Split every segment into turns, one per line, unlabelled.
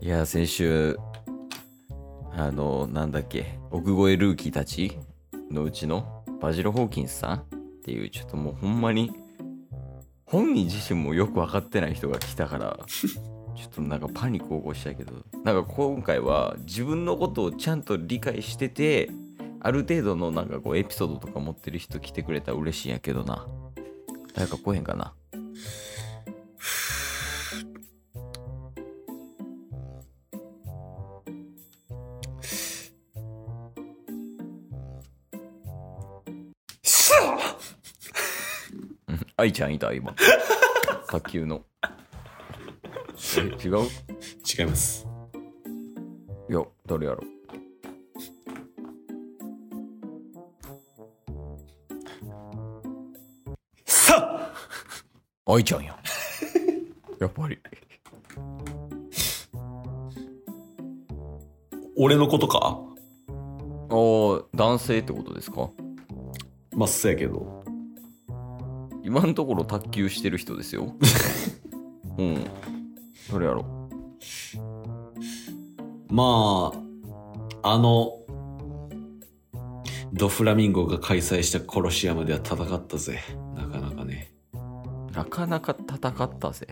いや、先週、あの、なんだっけ、奥越えルーキーたちのうちのバジル・ホーキンスさんっていう、ちょっともうほんまに、本人自身もよく分かってない人が来たから、ちょっとなんかパニック起こしたけど、なんか今回は自分のことをちゃんと理解してて、ある程度のなんかこうエピソードとか持ってる人来てくれたら嬉しいんやけどな。誰か来へんかな。愛ちゃんいた今。卓球の。え、違う
違います。
いや、誰やろ。
さあ
愛ちゃんや。やっぱり。
俺のことか
おお、男性ってことですか
まあ、そうやけど。
今のところ卓球してる人ですよ。うん。どれやろ
まあ、あの、ドフラミンゴが開催したコロシアムでは戦ったぜ。なかなかね。
なかなか戦ったぜ。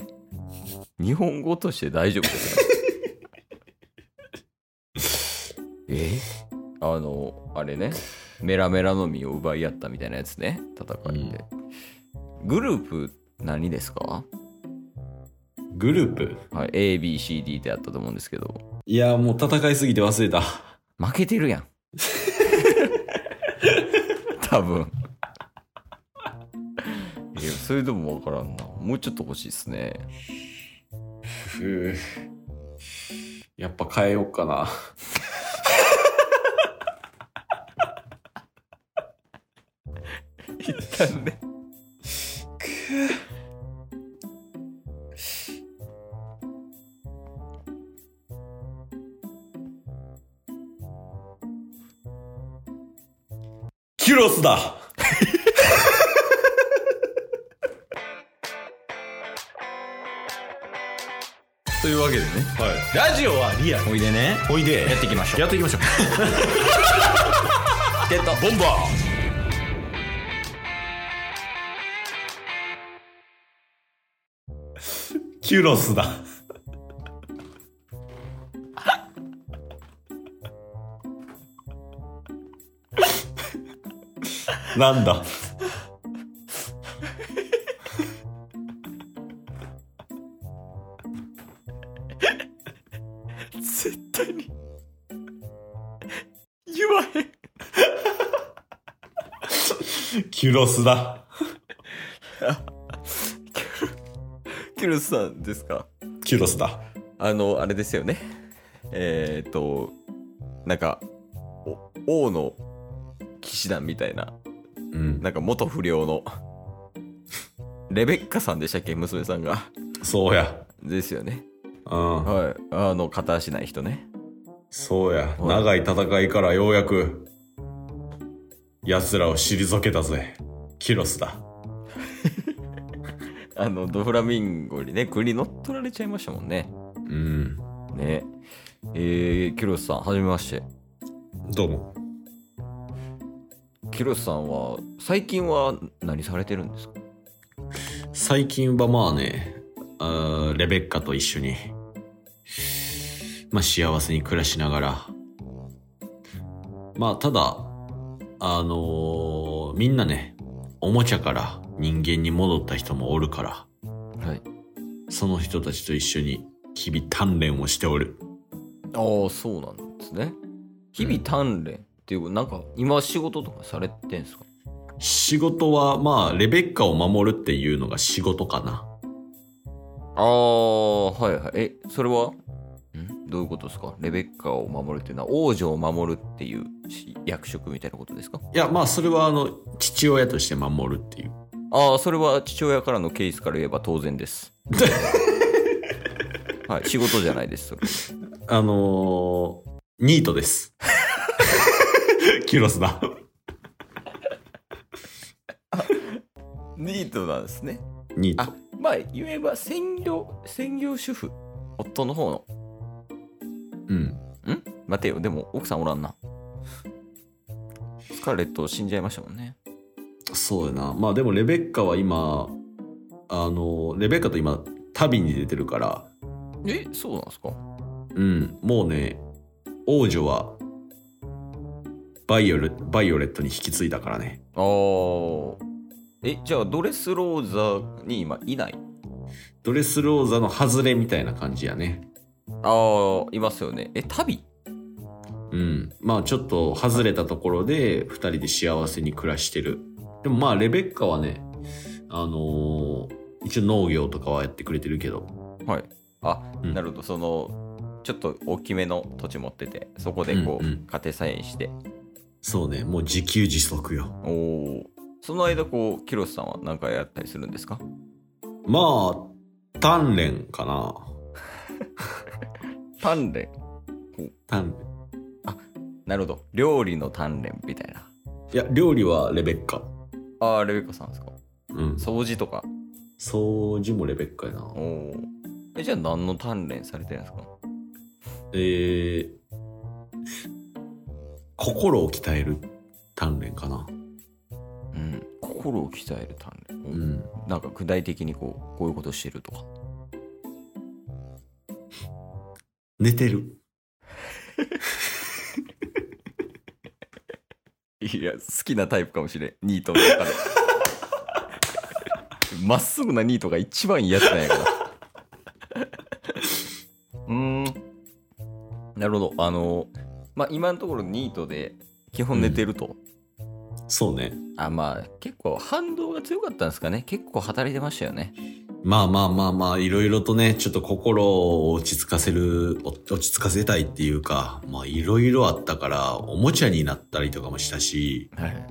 日本語として大丈夫ですか えあの、あれね。メラメラの実を奪い合ったみたいなやつね。戦いで。グループ何ですか
グループ
はい、A、B、C、D ってあったと思うんですけど。
いや、もう戦いすぎて忘れた。
負けてる やん。多分。いや、それでもわからんな。もうちょっと欲しいですね。
ふうやっぱ変えようかな。
一旦ね。
キュロスだ
というわけでね。
はい。ラジオはリアル。
おいでね。
おいで。
やっていきましょう。
やってい きましょう。
ゲット。
ボンバーキュロスだ。なんだ
絶対に言わへん。
キュロスだ。
キュルスさんですか
キュロスだ。
あの、あれですよね。えっ、ー、と、なんか、お王の騎士団みたいな。
うん。
なんか元不良のレベッカさんでしたっけ娘さんが
そうや。
ですよね
うん。
はいあの片足ない人ね
そうや。長い戦いからようやく、奴らを退けたぜ。キュロスだ。
あのドフラミンゴにね国乗っ取られちゃいましたもんね
うん。
ねえー、キュロスさんはじめまして
どうも。
キュロスさんは最近は何されてるんですか
最近はまあね、あーレベッカと一緒に、まあ幸せに暮らしながら、まあただ、あのーみんなね、おもちゃから人間に戻った人もおるから、
はい
その人たちと一緒に日々鍛錬をしておる。
ああそうなんですね日々鍛錬っていうなんか今仕事とかされてんすか
仕事は、まあ、レベッカを守るっていうのが仕事かな。
ああはいはいえそれはんどういうことですかレベッカを守るっていうのは王女を守るっていうし役職みたいなことですか
いや、まあ、それは、あの、父親として守るっていう。
ああそれは父親からのケースから言えば当然 ですはい仕事じゃないですそれ
あのー、ニートです。 キュロスだ。
ニートなんですね
ニー
あ
ト。
まあ言えば専業専業主婦夫の方の
うん。
待てよ、でも奥さんおらんな。スカーレット死んじゃいましたもんね。
そうやな。まあでもレベッカは今、あの、レベッカと今、旅に出てるから、
え、そうなんですか
うん、もうね、王女は、バイオレバイオレットに引き継いだからね。
あー。え、じゃあドレスローザに今いない
ドレスローザの外れみたいな感じやね。
あー、いますよね。え、旅
うん。まあちょっと外れたところで二人で幸せに暮らしてる。でもまあレベッカはね、あのー一応農業とかはやってくれてるけど。
はい。あ、
うん
なるほど。その、ちょっと大きめの土地持ってて、そこでこう、
うんうん
家庭菜園して。
そうね、もう自給自足よ。
おお。その間、こう、キロスさんは何かやったりするんですか
まあ、鍛錬かな。
鍛錬。
鍛錬。
なるほど。料理の鍛錬みたいな。
いや、料理はレベッカ。
あー、レベッカさんですか
うん。
掃除とか。
掃除もレベッカや
お。
な
お。え、じゃあ何の鍛錬されてるんですか
えー、心を鍛える鍛錬かな。
うん。心を鍛える鍛錬。
う
うん
ん。
なんか具体的にこう、こういうことしてるとか。
寝てる。
いや、好きなタイプかもしれん。ニートの中 で。まっすぐなニートが一番嫌じゃないかな。うーん。なるほど。あの、まあ、今のところニートで基本寝てると。
そうね。
あ、まあ、結構反動が強かったんですかね。結構働いてましたよね。
まあまあまあまあ、いろいろとね、ちょっと心を落ち着かせる、お落ち着かせたいっていうか、まあいろいろあったから、おもちゃになったりとかもしたし、
はい。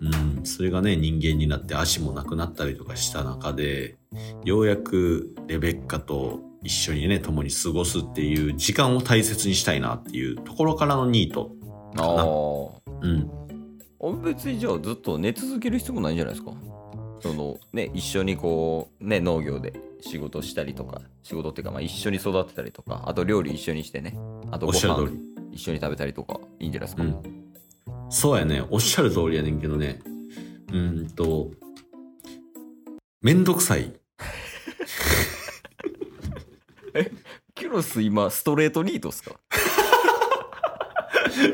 うん、それがね、人間になって足もなくなったりとかした中で、ようやくレベッカと一緒にね、共に過ごすっていう時間を大切にしたいなっていうところからのニート。
あー
うん。
あ。別にじゃあずっと寝続ける必要もないんじゃないですか。そのね、一緒にこう、ね、農業で仕事したりとか、仕事っていうか、まあ、一緒に育てたりとか、あと料理一緒にしてね、あと
お
ご
っしゃる通
飯
り。
一緒に食べたりとか、いいんじゃないです
う
か。
ん。そうやね。おっしゃる通りやねんけどね。うーんと、めんどくさい。
キュロス今、ストレートニートっすか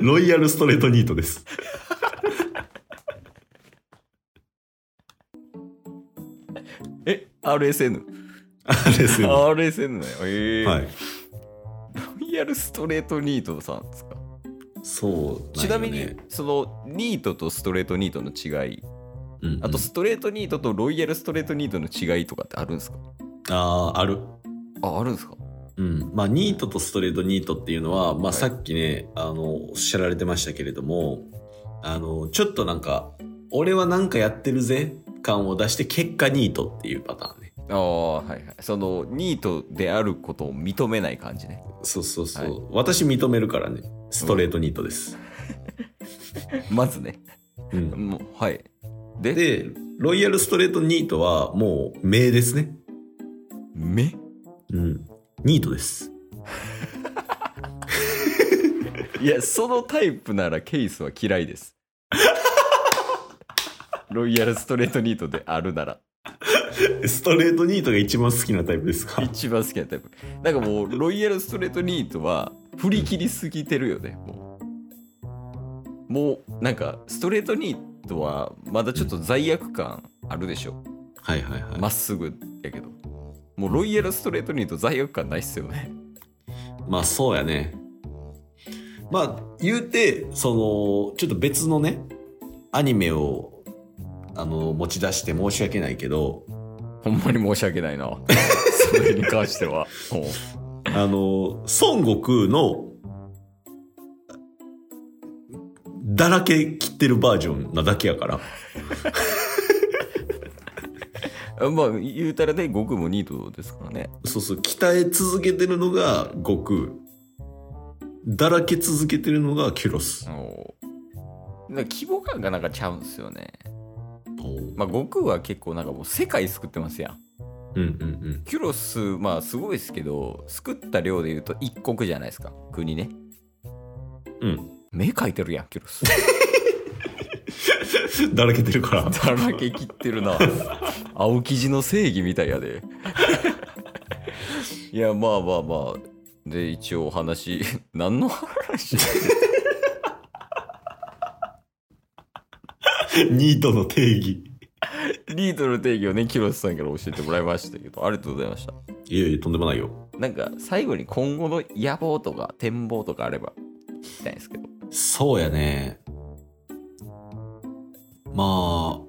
ロイヤルストレートニート です。
え ?RSN?RSN
あれですよ。
だよ。ええ
はい。
ロイヤルストレートニートさんですか、
そう、
ちなみに、、その、ニートとストレートニートの違い、
うん、
あとストレートニートとロイヤルストレートニートの違いとかってあるんですか
あーある。
あ、あるんですか
うん。まあ、ニートとストレートニートっていうのは、ま
はい
あ、さっきね、あの、おっしゃられてましたけれども、あの、ちょっとなんか、俺はなんかやってるぜ感を出して、結果ニートっていうパターンね。
ああはいはいそのニートであることを認めない感じね
そうそうそう。
はい
私認めるからね、ストレートニートです。
まずね
うん。
もうはいで
で、ロイヤルストレートニートは、もう、名ですね。
目
うん。ニートです。
いやそのタイプならケースは嫌いですロイヤルストレートニートであるなら
ストレートニートが一番好きなタイプですか
一番好きなタイプなんかもうロイヤルストレートニートは振り切りすぎてるよねもうもうなんかストレートニートはまだちょっと罪悪感あるでしょ
はいはいはい。
まっすぐやけどもうロイヤルストレートニート罪悪感ないっすよね
まあそうやね。まあ言うて、その、ちょっと別のね、アニメを、あの、持ち出して申し訳ないけど、
ほんまに申し訳ないな それに関してはもう
あの、孫悟空の、だらけ切ってるバージョンなだけやから。
あまあ言うたらね悟空もニートですからね
そうそう、鍛え続けてるのが悟空。だらけ続けてるのがキュロス。
おなんか規模感がなんかちゃうんすよね
おう
まあ悟空は結構なんかもう世界救ってますやん
うんうん
キュロスまあすごいですけど作った量でいうと一国じゃないですか国ね
うんうん
目描いてるやんキュロス
だらけてるから
だらけ切ってるな青生地の正義みたいやでいやまあまあまあで一応お話 何の話
ニートの定義
リートの定義をねキュロスさんから教えてもらいましたけどありがとうございました
いやいやとんでもないよ
なんか最後に今後の野望とか展望とかあれば聞きたいんですけど
そうやねまあ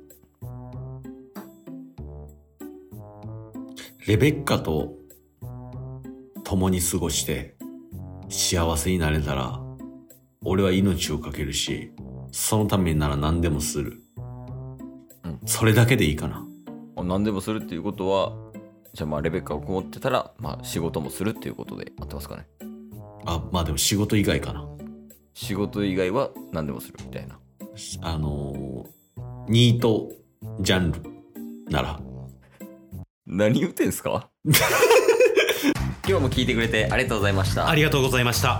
レベッカと共に過ごして幸せになれたら俺は命を懸けるしそのためなら何でもする、
うん
それだけでいいかな
あ何でもするっていうことはじゃあまあレベッカをこもってたら、まあ、仕事もするっていうことで合ってますかね
あまあでも仕事以外かな
仕事以外は何でもするみたいな
あのーニートジャンルなら
何言ってんすか今日も聞いてくれてありがとうございました
ありがとうございました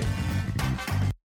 す